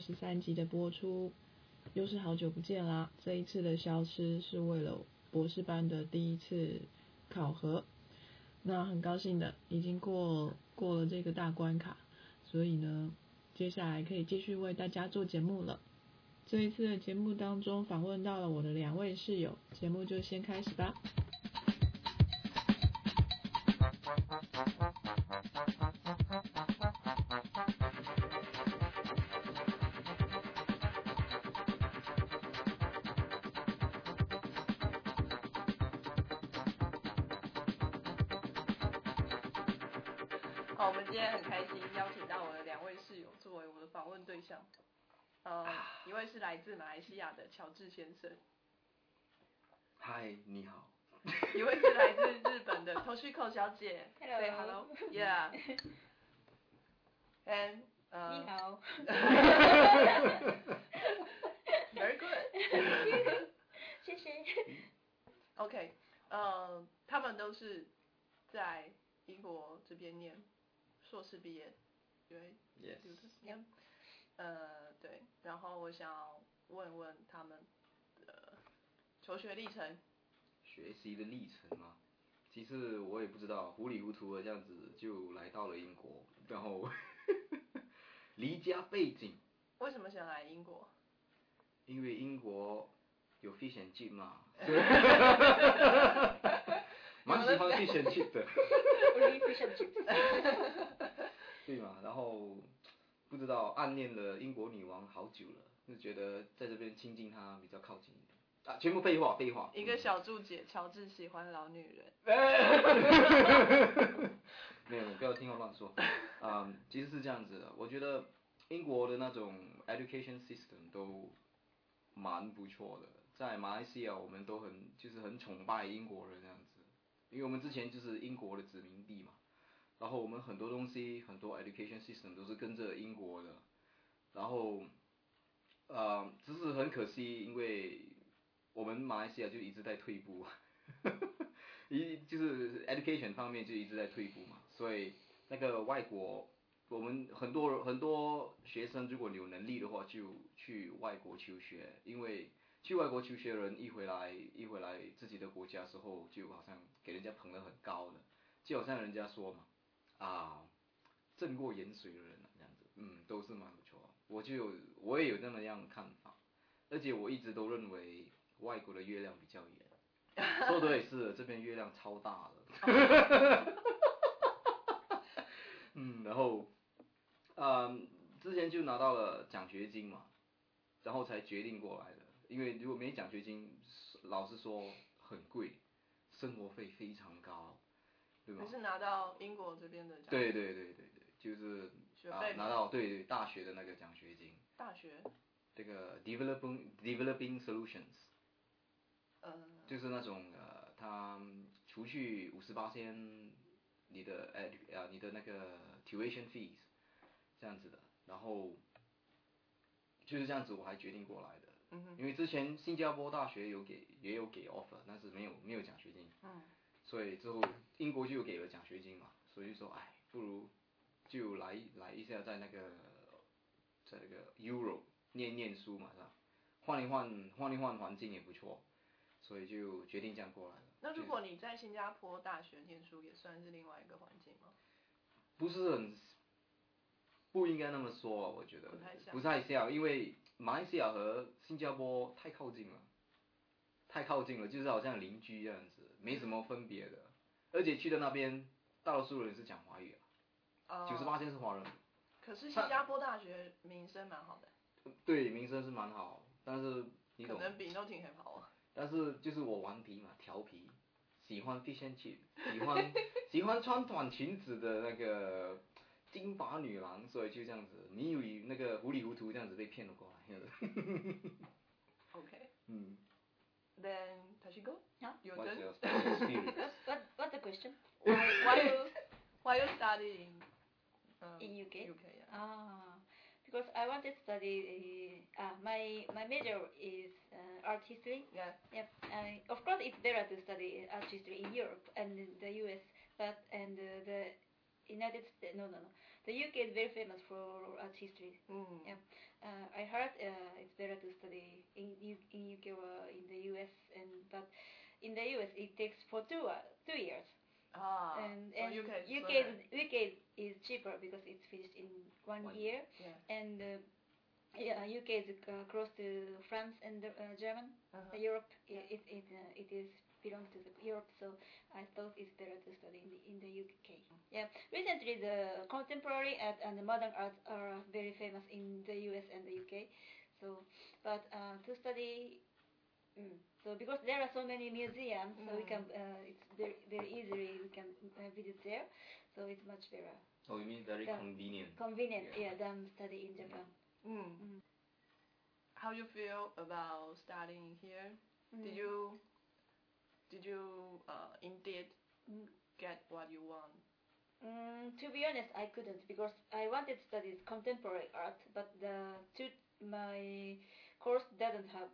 十三集的播出，又是好久不见啦！这一次的消失是为了博士班的第一次考核，那很高兴的，已经过过了这个大关卡，所以呢，接下来可以继续为大家做节目了。这一次的节目当中，访问到了我的两位室友，节目就先开始吧。好，我们今天很开心邀请到我的两位室友作为我的访问对象。呃，一位是来自马来西亚的乔治先生，嗨，你好。一位是来自日本的 Toshiko 小姐。 Hello Say hello. Yeah. And 呃、你 好， Very good. 谢谢。 OK. 呃，他们都是在英国这边念硕士毕业，因为 Yes. 嗯，呃，对，然后我想问问他们的求学历程，学习的历程啊，其实我也不知道，糊里糊涂的这样子就来到了英国，然后 离家背景，为什么想来英国？因为英国有 fish and chip 嘛， 蛮喜欢 fish and chip 的，我是 f i s h and 对嘛？然后不知道暗恋了英国女王好久了，就觉得在这边亲近她比较靠近一点啊，全部废话，废话，嗯一个小注解，乔治喜欢老女人。 没有，不要听我乱说。啊、其实是这样子的，我觉得英国的那种 education system 都蛮不错的。在马来西亚，我们都很就是很崇拜英国人这样子，因为我们之前就是英国的殖民地嘛，然后我们很多东西，很多 education system 都是跟着英国的，然后，呃，只是很可惜，因为我们马来西亚就一直在退步。一就是 education 方面就一直在退步嘛，所以那个外国，我们很多很多学生如果你有能力的话，就去外国求学，因为去外国求学人一回来一回来自己的国家时候，就好像给人家捧得很高的，就好像人家说嘛，啊，挣过盐水的人啊，这样子，嗯，都是蛮不错的，我就有我也有那么样的看法，而且我一直都认为外国的月亮比较圆。说的也是，这边月亮超大的。哦 嗯，然后，嗯，之前就拿到了奖学金嘛，然后才决定过来的。因为如果没奖学金，老实说很贵，生活费非常高，对吧你？是拿到英国这边的奖对对对对对，就是学啊费，吗拿到对对大学的那个奖学金，大学，这个 developing developing solutions。呃，就是那种呃，他除去五十八先你的哎呃你的那个 tuition fees 这样子的，然后就是这样子我还决定过来的，嗯哼，因为之前新加坡大学有给也有给 offer，但是没有没有奖学金，嗯，所以之后英国就有给了奖学金嘛，所以就说哎不如就来来一下在那个在那个 Euro 念念书嘛是吧？换一换换一换环境也不错，所以就决定这样过来了。那就如果你在新加坡大学念书，也算是另外一个环境吗？不是很不应该那么说，啊我觉得不太像不太像，因为马来西亚和新加坡太靠近了，太靠近了，就是好像邻居这样子，没什么分别的。而且去到那边，大多数人是讲华语啊啊，九十八是华人，可是新加坡大学名声蛮好的，对，名声是蛮好，但是你可懂，能比 Notting 还好啊。但是就是我顽皮嘛，调皮，喜欢 fish and chip，喜欢喜欢穿短裙子的那个金发女郎，所以就这样子迷里那个糊里糊涂这样子被骗了过来。 OK，Then、嗯 t a s h i go Huh? ，Your ，What's turn. your experience？ What what what the question? Why why you why you studying? Um, In UK? UK yeah. Ah, because I want to study. Uh, ah, my my major is uh, art history. Yeah. Yep. Uh, of course, it's better to study art history in Europe and in the U.S. But and uh, the uh, United States. No, no, no. the UK is very famous for art history. Mm. Yeah. Uh, I heard uh, it's better to study in, U- in UK or in the US, and but in the US it takes for two uh, two years. Ah. and so and you can UK split is, it. UK is, is cheaper because it's finished in one, One year, Yeah. and uh, yeah, UK is uh, close to France and uh, German. Uh-huh. Uh, Europe, i Yeah. it it uh, it is belongs to the Europe, so I thought it's better to study in the, in the UK. Yeah, recently the contemporary art and the modern art are very famous in the US and the UK. So, but uh, to study, mm, so because there are so many museums, so we Mm. can uh, it's very very easily we can uh, visit there, so it's much better Oh, you mean very Yeah. convenient. convenient. Yeah. Yeah, than study in Japan. Mm. Mm. How you feel about studying here? Did Mm. you did you uh, indeed Mm. get what you want? Mm, to be honest, I couldn't because I wanted to study contemporary art, but the two, my course doesn't have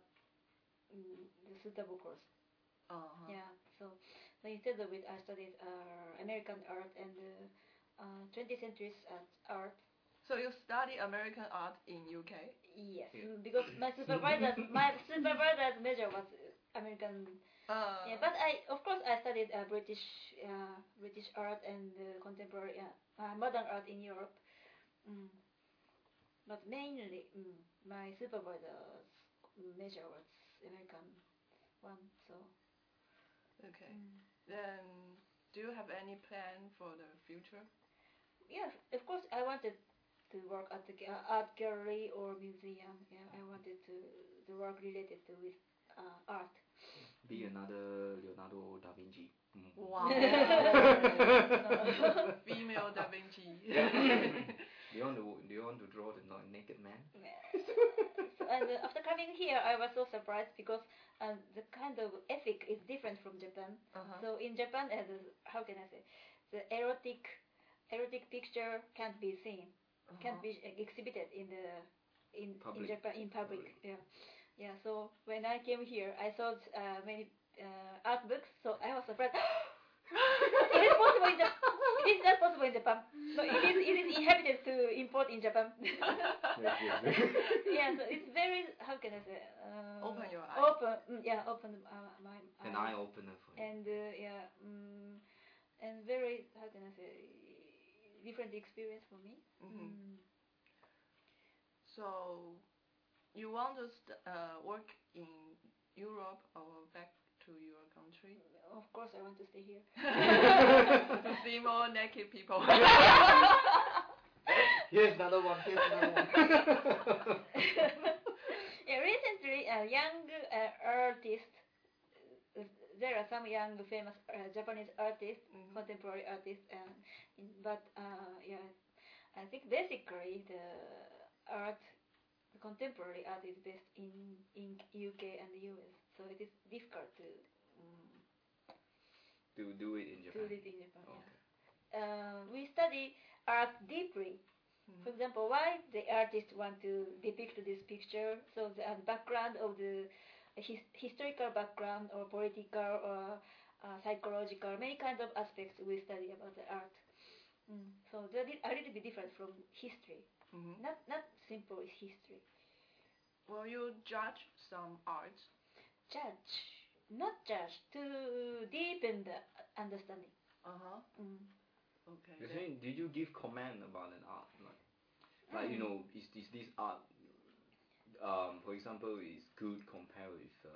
mm, the suitable course. Uh-huh. Yeah, so, so instead of it, I studied uh, American art and uh, uh, 20th century art. So you study American art in UK? Yes, Yeah. mm, because my supervisor's my supervisor's major was uh, American. Uh, Yeah, but I of course I studied uh, British uh, British art and uh, contemporary uh, uh, modern art in Europe. Mm. But mainly mm, my supervisor's major was American one. So mm. okay. Then do you have any plan for the future? yeah, of course I wanted to work at the ga- art gallery or museum. Yeah, I wanted to the work related to with uh, art. Be another Leonardo da Vinci. Mm. Wow. Female Da Vinci. Do you want to do you want to draw the na- naked man? and uh, after coming here, I was so surprised because uh, the kind of ethic is different from Japan. uh-huh. So in Japan, uh, the, how can I say, the erotic, erotic picture can't be seen, Uh-huh. can't be uh, exhibited in the in, in Public. Japan in public. Public. Yeah, yeah. So when I came here, I saw uh, many uh, art books, so I was surprised. Uh-huh. it is possible in the, it is not possible in Japan. So it is it is inhabited to import in Japan. Yes, yes, yes. yeah, so it's very how can I say? Uh, Open your eye. Open, mm, yeah, open uh, my An eye opener for you. and uh, yeah, um, and very how can I say different experience for me. Mm, Mhm. So, you want to st- uh, work in Europe or back to your country Mm, Of course, I want to stay here. to see more naked people? Here's another one. Here's another one. yeah, recently a young uh, artist. uh, There are some young famous uh, Japanese artists, Mhm. contemporary artists, and in, but uh, yeah, I think basically the art, the contemporary art is based in in UK and the US, so it is difficult to um, do do it in do Japan. it in Japan. Okay. yeah. Uh, we study art deeply. For Mhm. example, why the artist want to depict this picture? So the uh, background of the his, historical background or political or uh, psychological, many kinds of aspects we study about the art. Mm. So that is a little bit different from history. Mhm. Not not simple is history. Will you judge some art? Judge, not judge, to deepen the understanding. Uh huh. Mm. Okay. You then- think- Did you give comment about an art? Like, like you Um, know, is this this art? Um, for example, is good compared with uh,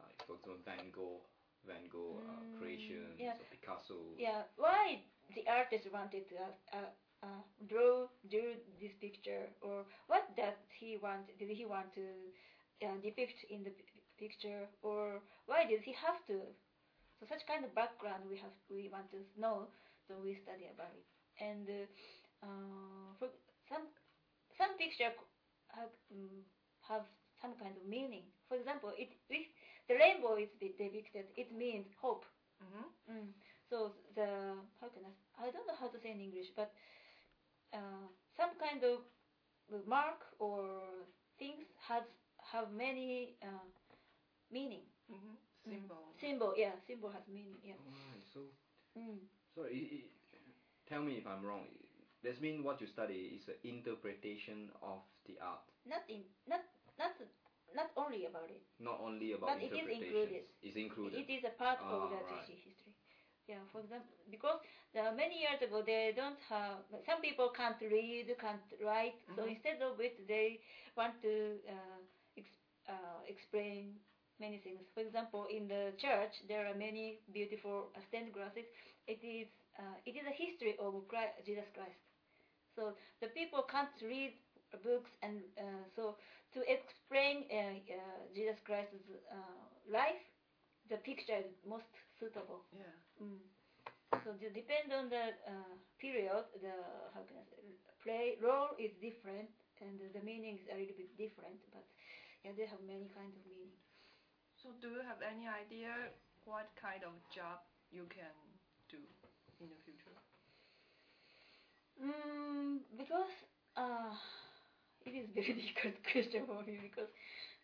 like for example Van Gogh, Van Gogh Mm, uh, creations yeah. or Picasso. Yeah, why the artist wanted to uh, uh, uh, draw do this picture, or what does he want? Did he want to uh, depict in the pi- picture, or why did he have to? So such kind of background we have we want to know, so we study about it. And uh, uh, for some some picture have um, have some kind of meaning. For example, it if the rainbow is de- depicted, it means hope. Mhm. Mm. So the how can I? I don't know how to say in English, but uh, some kind of mark or things has have many uh, meaning. Mhm. Symbol. Symbol, yeah, symbol has meaning, yeah. Alright, so Mm. sorry. i i tell me if I'm wrong. That means what you study is the interpretation of the art, Not in not not not only about it. not only about But it is interpretation. included. It's included. It is a part Ah, of the right. Jushi history. Yeah, for example, because the, many years ago they don't have some people can't read, can't write. So Mhm. instead of it, they want to uh, ex- uh, explain many things. For example, in the church there are many beautiful uh, stained glasses. It is uh, it is a history of Christ, Jesus Christ. So the people can't read books, and uh, so to explain uh, uh, Jesus Christ's uh, life, the picture is most suitable. Yeah. Mm. So it depend on the uh, period, the how can I say, play role is different, and the meaning is a little bit different. But yeah, they have many kinds of meaning. So do you have any idea what kind of job you can do in the future? Mm, because uh, it is very difficult question for me because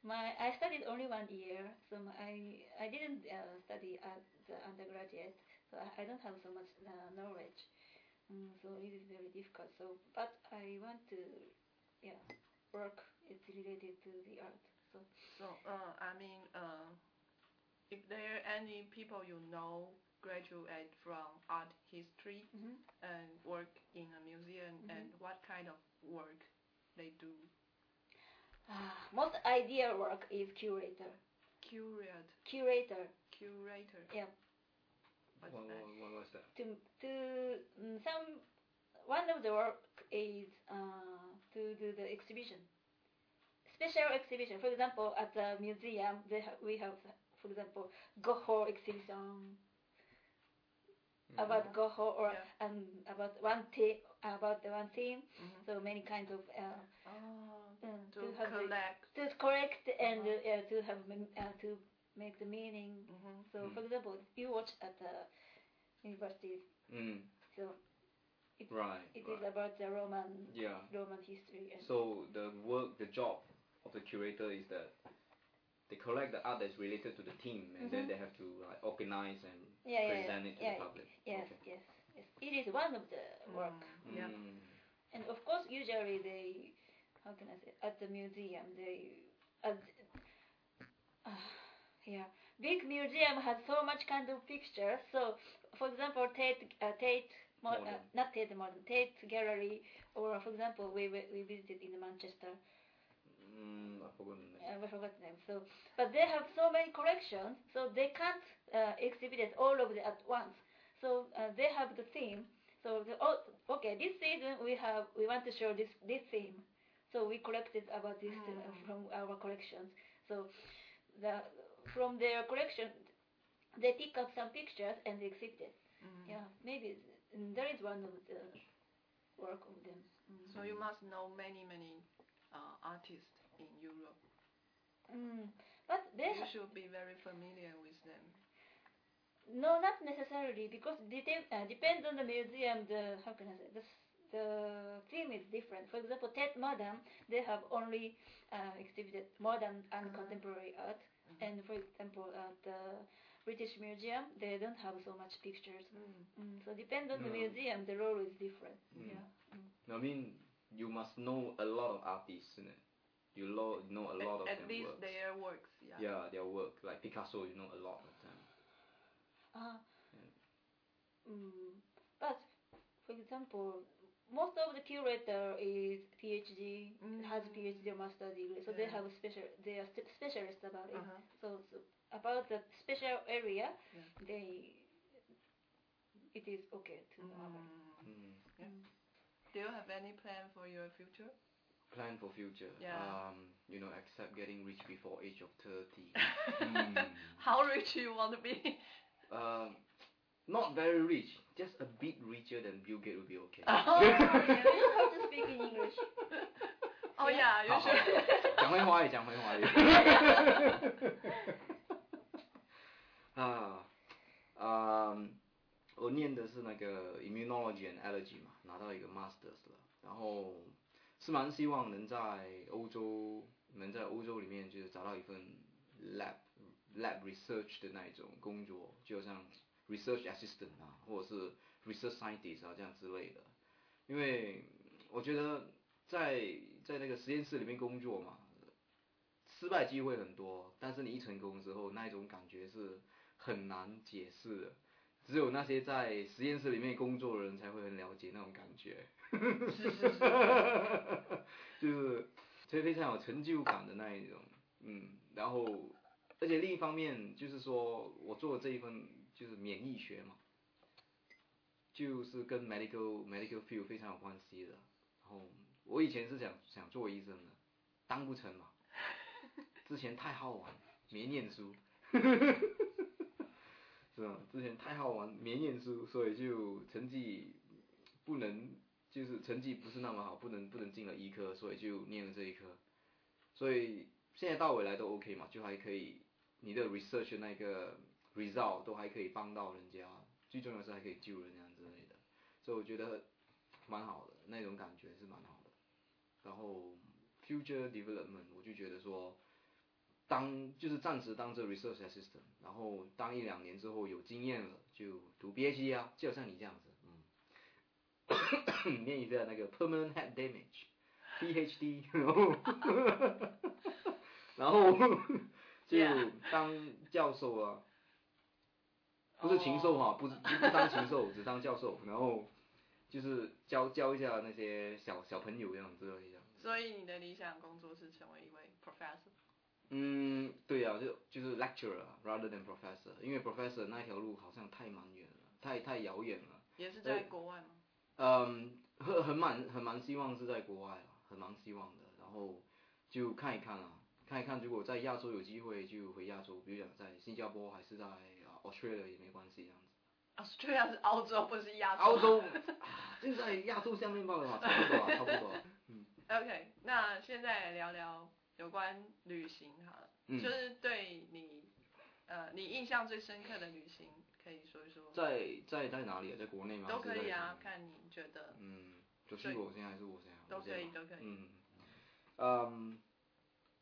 my I studied only one year, so my, I I didn't uh, study at the undergraduate, so I, I don't have so much uh, knowledge. Mm, so it is very difficult. So but I want to, yeah, work. It's related to the art. So So uh, I mean, uh, if there are any people you know graduate from art history Mhm. and work in a museum, Mhm. and what kind of work they do? ah, most ideal work is curator. Curate, Curator curator. Yeah. What's What, that? what, what was that? to to mm, some one of the work is uh, to do the exhibition, special exhibition. For example, at the museum, they ha- we have, for example, Goho exhibition about Goho or Yeah. um, about one thing about the one thing. Mhm. So many kinds of uh, Oh, mm, to to have the- collect. Uh-huh. to correct and uh, yeah, to have mem- uh, to make the meaning. Mhm. So, Mm. for example, you watch at the university, Mm, so it, right. it is right. about the Roman Yeah. Roman history. And So the work, the job of the curator is that they collect the art that's related to the theme, and then Mhm. they have to like organize and yeah, yeah, present it to yeah, the public. yes, Hmm. Okay. yes, yes. It is one of the work, Mm, Yeah. Mm, and of course, usually they, how can I say, at the museum they, at, uh, yeah, big museum has so much kind of picture. So, for example, Tate, uh, Tate. Mo- uh, Modern. not Tate Modern, Tate Gallery, or for example, we we, we visited in Manchester. mm, I forgot the name. Uh, I forgot them. So, but they have so many collections, so they can't uh, exhibit it all of it at once. So uh, they have the theme. So the, oh, okay, this season we have we want to show this this theme. So we collected about this uh, Mm. from our collections. So the from their collection, they pick up some pictures and they exhibit it. Mhm. Yeah, maybe mm, there is one of the work of them. So you must know many many uh, artists in Europe. Mm. But they You ha- should be very familiar with them. No, not necessarily, because dete- uh, depends on the museum. The how can I say the s- the theme is different. For example, Tate Modern, they have only uh, exhibited modern and Mhm. contemporary art, and for example, at the British Museum, they don't have so much pictures. Mm, so depend on the Mm. museum, the role is different. Mm. Yeah. I mean, you must know a lot of artists, isn't it? You lo- know a At- lot of at, them least works. their works. Yeah. yeah, their work. Like Picasso, you know a lot of them. Ah. Yeah. Hmm. Mm. But for example, most of the curator is PhD, has Mm. PhD or master degree, so they Yeah. have a special, they are spe- specialists about it. Uh-huh. So, so about the special area, Yeah. they it is okay to know about. it. Mm. Mm. Do you have any plan for your future? Plan for future. Yeah. Um, you know, except getting rich before age of thirty. Mm. How rich you want to be? Um, not very rich, just a bit richer than Bill Gates would be okay. Oh, You have to speak in English. oh yeah, you 好好 should. 讲回华语，讲回华语。啊，嗯，我念的是那个 immunology and allergy 嘛，拿到一个 masters 了，然后是蛮希望能在欧洲，能在欧洲里面就是找到一份 lab lab research 的那一种工作，就像 research assistant 啊，或者是 research scientist 啊这样之类的。因为我觉得在在那个实验室里面工作嘛，失败机会很多，但是你一成功之后，那一种感觉是很难解释的。只有那些在实验室里面工作的人才会很了解那种感觉，是是是， 就是所以非常有成就感的那一种，嗯，然后而且另一方面就是说我做的这一份就是免疫学嘛，就是跟 medical medical field 非常有关系的。然后我以前是想想做医生的，当不成嘛，之前太好玩，没念书， 是吧？之前太好玩，没念书，所以就成绩不能，就是成绩不是那么好，不能不能进了医科，所以就念了这一科。所以现在到未来都 OK 嘛，就还可以，你的 research 的那个 result 都还可以帮到人家，最重要是还可以救人家之类的，所以我觉得蛮好的，那种感觉是蛮好的。然后 future development 我就觉得说，当就是暂时当这 research assistant，然后当一两年之后有经验了，就读 PhD 啊，就好像你这样子， 嗯，念一个那个 permanent head damage。PhD，然后然后就 Yeah. 当教授啊，不是禽哦兽哈、不是不不当禽兽，只当教授，然后就是教教一下那些小小朋友这样之类的。所以你的理想工作是成为一位 professor，嗯，对啊，就就是 lecturer 啊 rather than professor，因为 professor 那条路好像太蛮远了，太太遥远了。也是在国外吗？嗯，很很蛮很蛮希望是在国外啦，很蛮希望的。然后就看一看啊，看一看，如果在亚洲有机会就回亚洲，比如讲在新加坡还是在啊 Australia 也没关系这样子。啊，虽然是澳洲，不是亚 洲。呃澳洲 啊，就在亚洲下面罢了嘛，差不多啊，差不多啊。 OK，那现在聊聊有关旅行好了，嗯就是对你，呃，你印象最深刻的旅行，可以说一说，在在在哪里啊？在国内吗？都可以还，是啊在。看你觉得嗯，就是我先还是我先啊？都我先可以吧都可以嗯，嗯，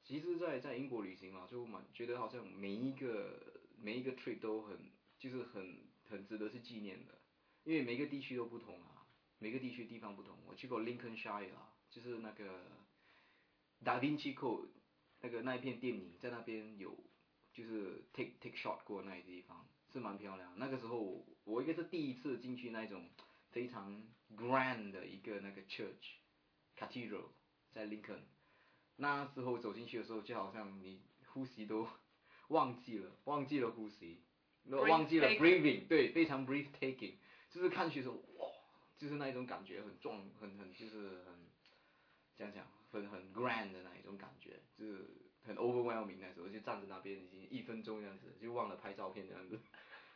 其实在，在英国旅行嘛，就蛮觉得好像每一个每一个 trip 都很就是很很值得去纪念的，因为每个地区都不同啊，每个地区地方不同。我去过 Lincolnshire 啊，就是那个 Da Vinci Code 那个那一片电影，在那边有就是 take take shot 过那一地方，是蛮漂亮。那个时候我应该是第一次进去那种非常 grand 的一个那个 church cathedral 在 Lincoln。那时候走进去的时候，就好像你呼吸都忘记了，忘记了呼吸，忘记了 breathing，对，非常 breathtaking，就是看去的时候，哇，就是那一种感觉很壮，很很就是很讲讲很很 grand 的那一种感觉，就是很 overwhelming 那时候，就站在那边已经一分钟这样子，就忘了拍照片这样子。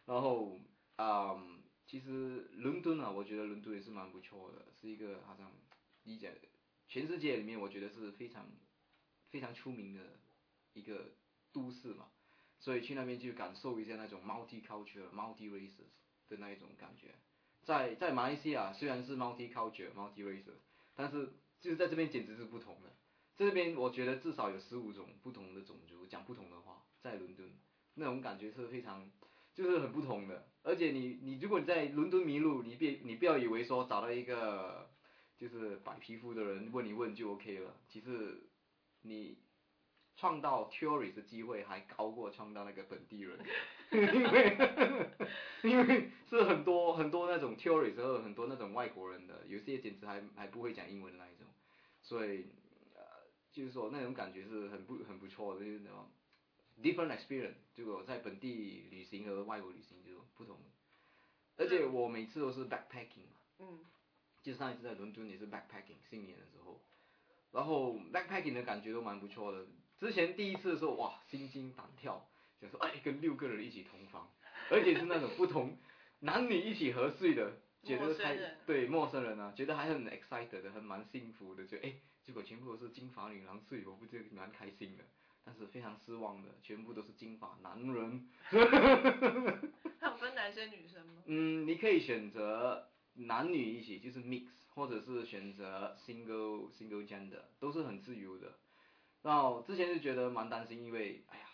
然后，嗯，其实伦敦啊，我觉得伦敦也是蛮不错的，是一个好像理解全世界里面，我觉得是非常非常出名的一个都市嘛，所以去那边就感受一下那种 multicultural、multi-races 的那一种感觉。在在马来西亚虽然是 multicultural、multi-races，但是就是在这边简直是不同的。这边我觉得至少有十五种不同的种族讲不同的话，在伦敦那种感觉是非常就是很不同的。而且你你如果你在伦敦迷路，你别你不要以为说找到一个就是白皮肤的人问一问就 OK 了，其实你创造 theory 的机会还高过创造那个本地人， 因为因为是很多很多那种 theory 和很多那种外国人的，有些简直还还不会讲英文的那一种，所以呃就是说那种感觉是很不很不错的，就是那种 different experience，就我在本地旅行和外国旅行就不同，而且我每次都是 backpacking 嘛。嗯，就上一次在伦敦也是 backpacking 新年的时候，然后 backpacking 的感觉都蛮不错的。之前第一次的时候，哇，心惊胆跳，想说哎，跟六个人一起同房，而且是那种不同男女一起合睡的，觉得陌生还人对陌生人啊，觉得还很 excited 的，很蛮幸福的，觉得哎，结果全部都是金发女郎睡，我不觉得蛮开心的。但是非常失望的，全部都是金发男人，那嗯 分男生女生吗？嗯，你可以选择男女一起，就是 mix，或者是选择 single single gender，都是很自由的。那我之前就觉得蛮担心，因为哎呀，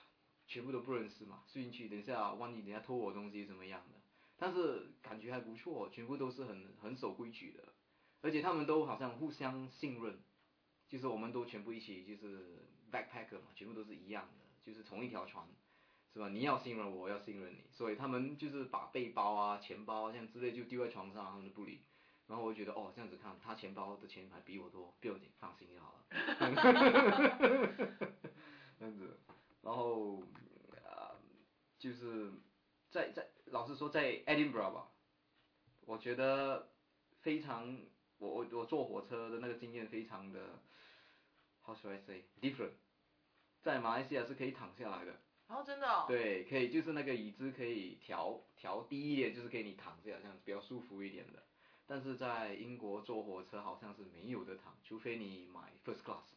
全部都不认识嘛，睡进去，等一下万一人家偷我东西怎么样的？但是感觉还不错，全部都是很很守规矩的，而且他们都好像互相信任，就是我们都全部一起就是 backpacker 嘛，全部都是一样的，就是同一条船，是吧？你要信任我，我要信任你，所以他们就是把背包啊、钱包啊这样之类就丢在床上，他们都不理。然后我就觉得哦，这样子看他钱包的钱还比我多，不要紧，放心就好了。 这样子，然后呃，就是在在老实说，在 Edinburgh 吧，我觉得非常，我我我坐火车的那个经验非常的，how should I say different，在马来西亚是可以躺下来的，然后真的哦，对，可以就是那个椅子可以调调低一点，就是给你躺下，这样比较舒服一点的。但是在英国坐火车好像是没有的躺，除非你买 first class。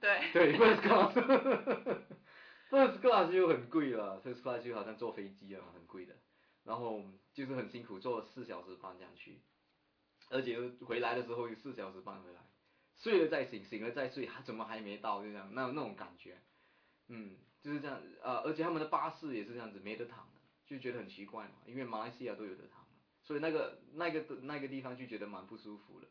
对对 first class，first class 就很贵了，first class 就好像坐飞机啊，很贵的。然后就是很辛苦，坐了四小时半这样去，而且又回来的时候又四小时半回来，睡了再醒，醒了再睡，还怎么还没到？就这样，那那种感觉，嗯，就是这样。呃，而且他们的巴士也是这样子，没得躺的，就觉得很奇怪嘛，因为马来西亚都有得躺，所以那个那个那个地方就觉得蛮不舒服的。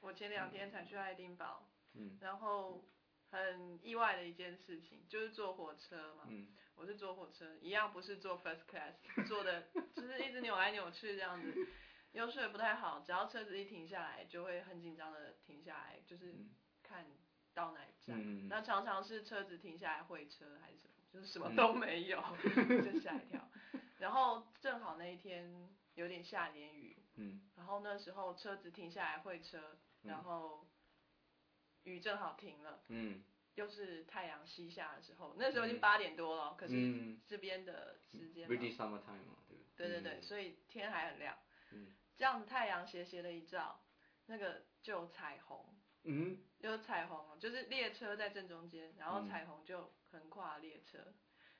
我前两天才去爱丁堡，嗯然后很意外的一件事情就是坐火车嘛，嗯我是坐火车，一样不是坐 first class，坐的就是一直扭来扭去这样子，又睡得不太好，只要车子一停下来，就会很紧张的停下来，就是嗯看到哪一站。嗯，那常常是车子停下来会车还是什么，就是什么嗯都没 有，就吓一跳。然后正好那一天有点下点雨，嗯然后那时候车子停下来会车，然后雨正好停了，嗯又是太阳西下的时候，那时候已经八点多了，可是嗯这边的时间嘛， ，British summertime 嘛，对不对？对对对，嗯所以天还很亮。嗯这样子太阳斜斜的一照，那个就有彩虹，嗯，有彩虹哦，就是列车在正中间，然后嗯彩虹就横跨列车，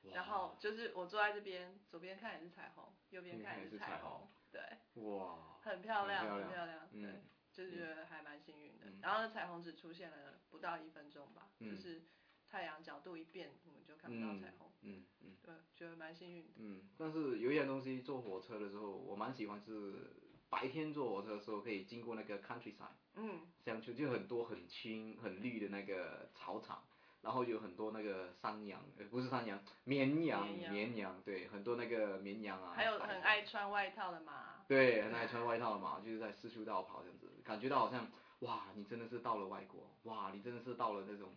哇然后就是我坐在这边，左边看也是彩虹，右边看也右边看也是彩彩虹，对，哇，很漂亮，很很漂漂亮，对。嗯就是觉得还蛮幸运的，嗯然后那彩虹只出现了不到一分钟吧，嗯就是太阳角度一变，我们就看不到嗯彩虹，嗯嗯对，觉得蛮幸运的。嗯，但是有一样东西，坐火车的时候我蛮喜欢，是白天坐火车的时候可以经过那个 countryside。嗯，乡村就很多很青很绿的那个草场，然后有很多那个山羊，呃，不是山羊，绵羊，绵羊绵羊，对，很多那个绵羊啊，还有白很羊爱穿外套的马，对，很爱穿外套的嘛，就是在四处道跑这样子，感觉到好像哇，你真的是到了外国，哇，你真的是到了那种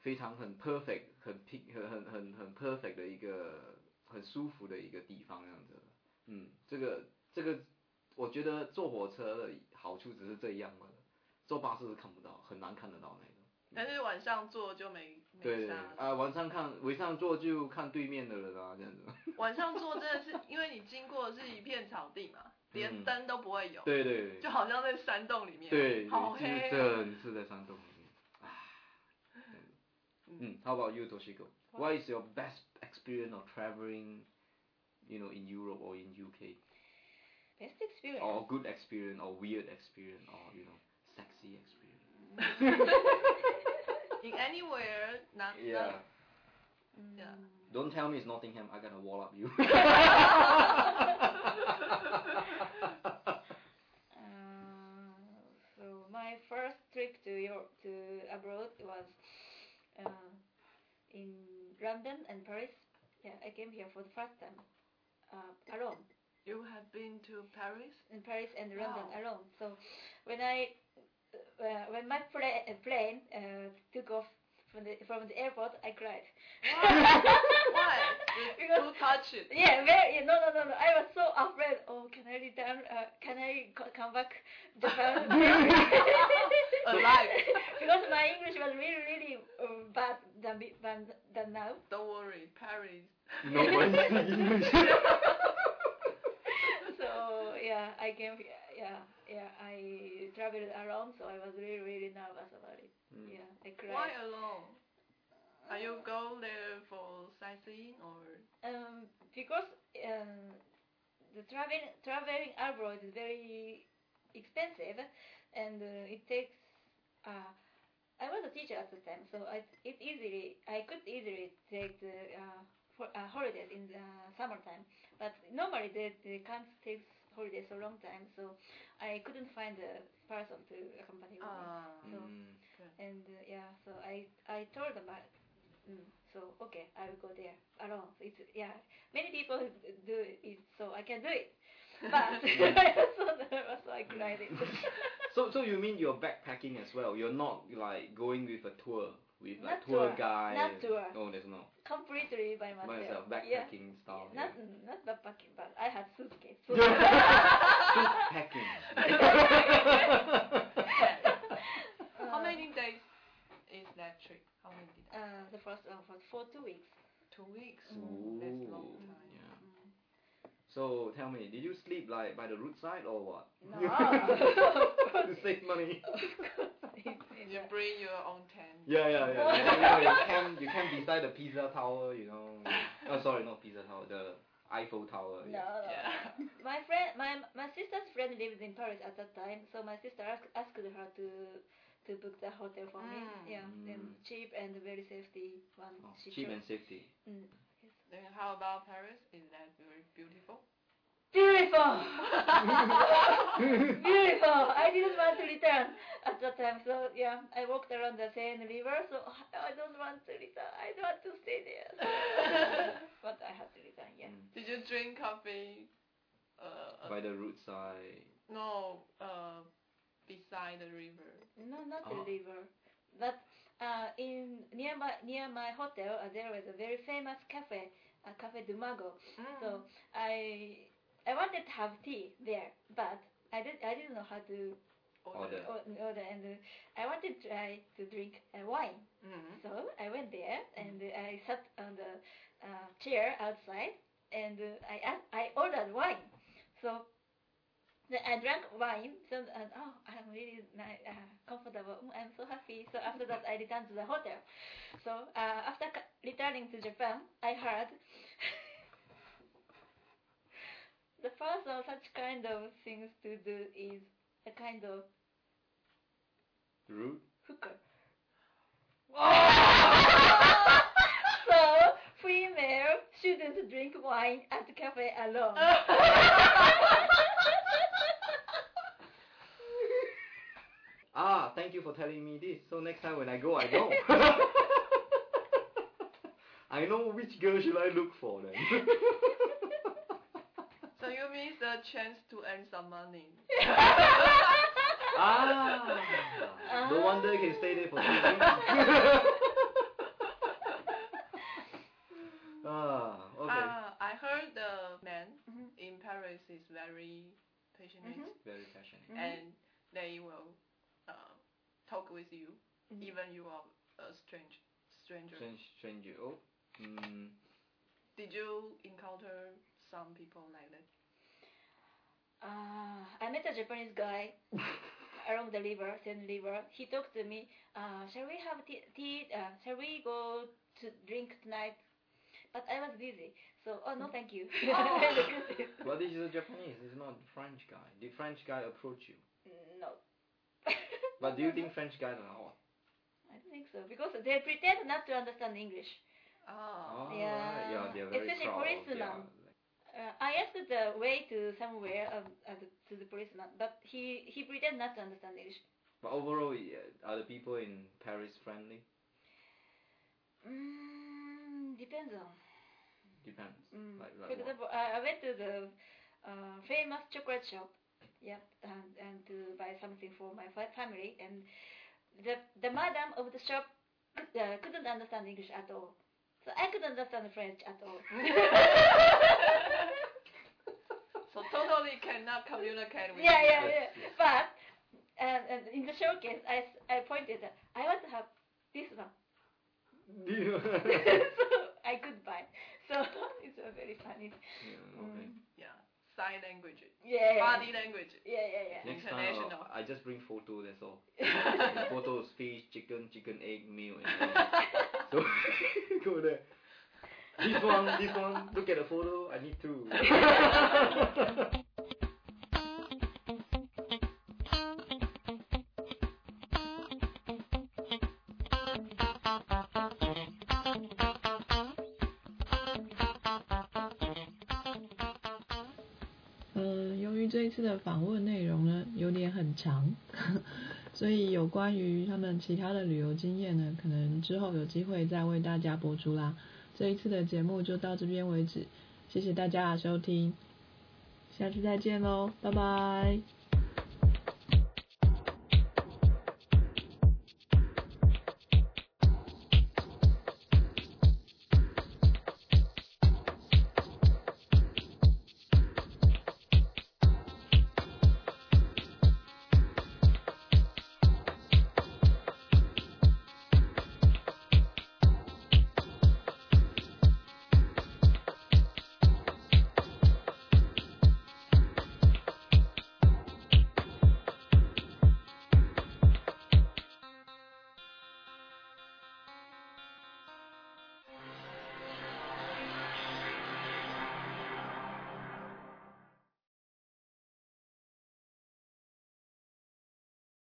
非常很 perfect、很平、很很很很 perfect 的一个很舒服的一个地方这样子。嗯，这个这个，我觉得坐火车的好处只是这样嘛，坐巴士是看不到，很难看得到那种。但是晚上做就没嗯对对对，没啥啊、了。晚上看，晚上坐就看对面的人啊，这样 子。晚上做真的是因为你经过的是一片草地嘛，嗯连灯都不会有，对对对。就好像在山洞里面，对，好就是黑哦。真是在山洞里面，唉。嗯，How Mm, about you, Toshiko? What is your best experience of traveling, you know, in Europe or in UK, Best experience. Oh. or good experience, or weird experience, or you know, sexy experience? In anywhere，哪 Uh, Yeah. 哪 Mm. Yeah. Don't tell me it's Nottingham. I gotta wall up you. Uh, so my first trip to Europe, to abroad was uh, in London and Paris. Yeah, I came here for the first time uh, alone you have been to Paris？ in Paris and London Wow. alone. So when I uh, when my pla- uh, plane uh, took off from the from the airport, I cried. Why? Who touch it？ Yeah, very, yeah, no, no, no, no. I was so afraid. Oh, can I return? Uh, can I co- come back Japan? Alive. because my English was really, really um, bad than, be- than, than now. Don't worry, Paris. no one English. So yeah, I came. here- Yeah, yeah. I traveled around, so I was really, really nervous about it. Mm. Yeah, I Why cried. alone? Are you go there for sightseeing or? Um, because um, the traveling traveling abroad is very expensive, and uh, it takes. Uh, I was a teacher at the time, so I, it easily I could easily take the uh, for, uh, holidays in the summertime. But normally they, they can't take holiday so long time, so I couldn't find a person to accompany with me. 啊，Mm. 嗯 And uh, yeah, so I I told them I, mm, so okay, I will go there alone. So it's yeah, many people do it, so I can do it. But I also nervous, so I cried it. So so you mean you're backpacking as well? You're not like going with a tour with like Not tour, tour, guide. not tour. No, there's no. completely by myself. By yourself, Yeah. backpacking style. Not not backpacking, but I had suitcase. So Backpacking. How many days is that trip? How many days? uh, the first one was for two weeks. Two weeks. Ooh, That's long time. Mm-hmm. yeah. So tell me, did you sleep like by the roadside or what? No, to save money. You bring your own tent. Yeah, yeah, yeah. you, know, you, know, you camp, you camp beside the Pizza Tower, you know. Oh, sorry, not Pizza Tower, the Eiffel Tower. no. Yeah. My friend, my my sister's friend lived in Paris at that time, so my sister ask, asked her to to book the hotel for me. Mm. Yeah, and Mm. cheap and very safety one. Oh, she cheap chose. and safety. Mm. Then how about Paris? Is that very beautiful? Beautiful, beautiful. I didn't want to return at that time, so yeah, I walked around the Seine River. So I don't want to return. I don't want to stay there. but I had to return. Yeah. Mm. Did you drink coffee? Uh, uh By the roadside. no, uh, beside the river. No, not Oh. the river. But uh, in near my near my hotel, uh, there was a very famous cafe, uh, Cafe du Mago. So I I wanted to have tea there, but I didn't I didn't know how to Order. or- order, and uh, I wanted to try to drink uh, wine. Mm-hmm. Mm. So I went there and uh, I sat on the uh, chair outside and uh, I asked, I ordered wine. So then I drank wine. So and, oh, I'm really ni- uh, comfortable. Mm, I'm so happy. So after that, I returned to the hotel. So uh, after c- returning to Japan, I heard the first of such kind of things to do is a kind of Route? hooker. so female shouldn't drink wine at cafe alone. Ah, thank you for telling me this. So next time when I go, I know. I know which girl should I look for then. So you miss the chance to earn some money. ah, no wonder you can stay there for three weeks. ah, okay. Uh, I heard the man Mm-hmm. in Paris is very passionate Very passionate. and they will uh, talk with you Mhm. even you are a strange stranger. Mm-hmm. Strange, strange. Oh, mm, Did you encounter some people like that? Uh, I met a Japanese guy around the river, Seine River. He talked to me. Uh, shall we have tea? tea uh, shall we go to drink tonight? But I was busy, so oh no, thank you. but this is a Japanese. It's not French guy. Did French guy approach you? no. But do you think French guys are hot? I don't think so because they pretend not to understand English. Oh, Oh. Yeah. right. yeah, they're very Especially proud. policemen. Uh, I asked the way to somewhere um, uh, to the policeman, but he he pretended not to understand English. But overall, yeah, are the people in Paris friendly? Mm, depends on. Depends. Mm. Like, For like what? example, I, I went to the uh, famous chocolate shop, yeah, and, and to buy something for my fa- family, and the the madam of the shop could, uh, couldn't understand English at all, so I couldn't understand French at all. So totally cannot communicate with yeah, you. yeah, yeah. Yes, yes. But and, and in the showcase, I, s- I pointed. that I want to have this one, yeah, so I could buy. So it's a very funny. Mm. okay. Yeah. Sign language. Yeah. Body language. Yeah, yeah, yeah. Next time, I'll- International. I just bring photo. That's all. Photos, fish, chicken, chicken, egg, meal, and then- so go there. This one, this one. Look at the photo. I need two. 嗯，由于这一次的访问内容呢有点很长， 所以有关于他们其他的旅游经验呢，可能之后有机会再为大家播出啦。这一次的节目就到这边为止，谢谢大家的收听，下次再见喽，拜拜。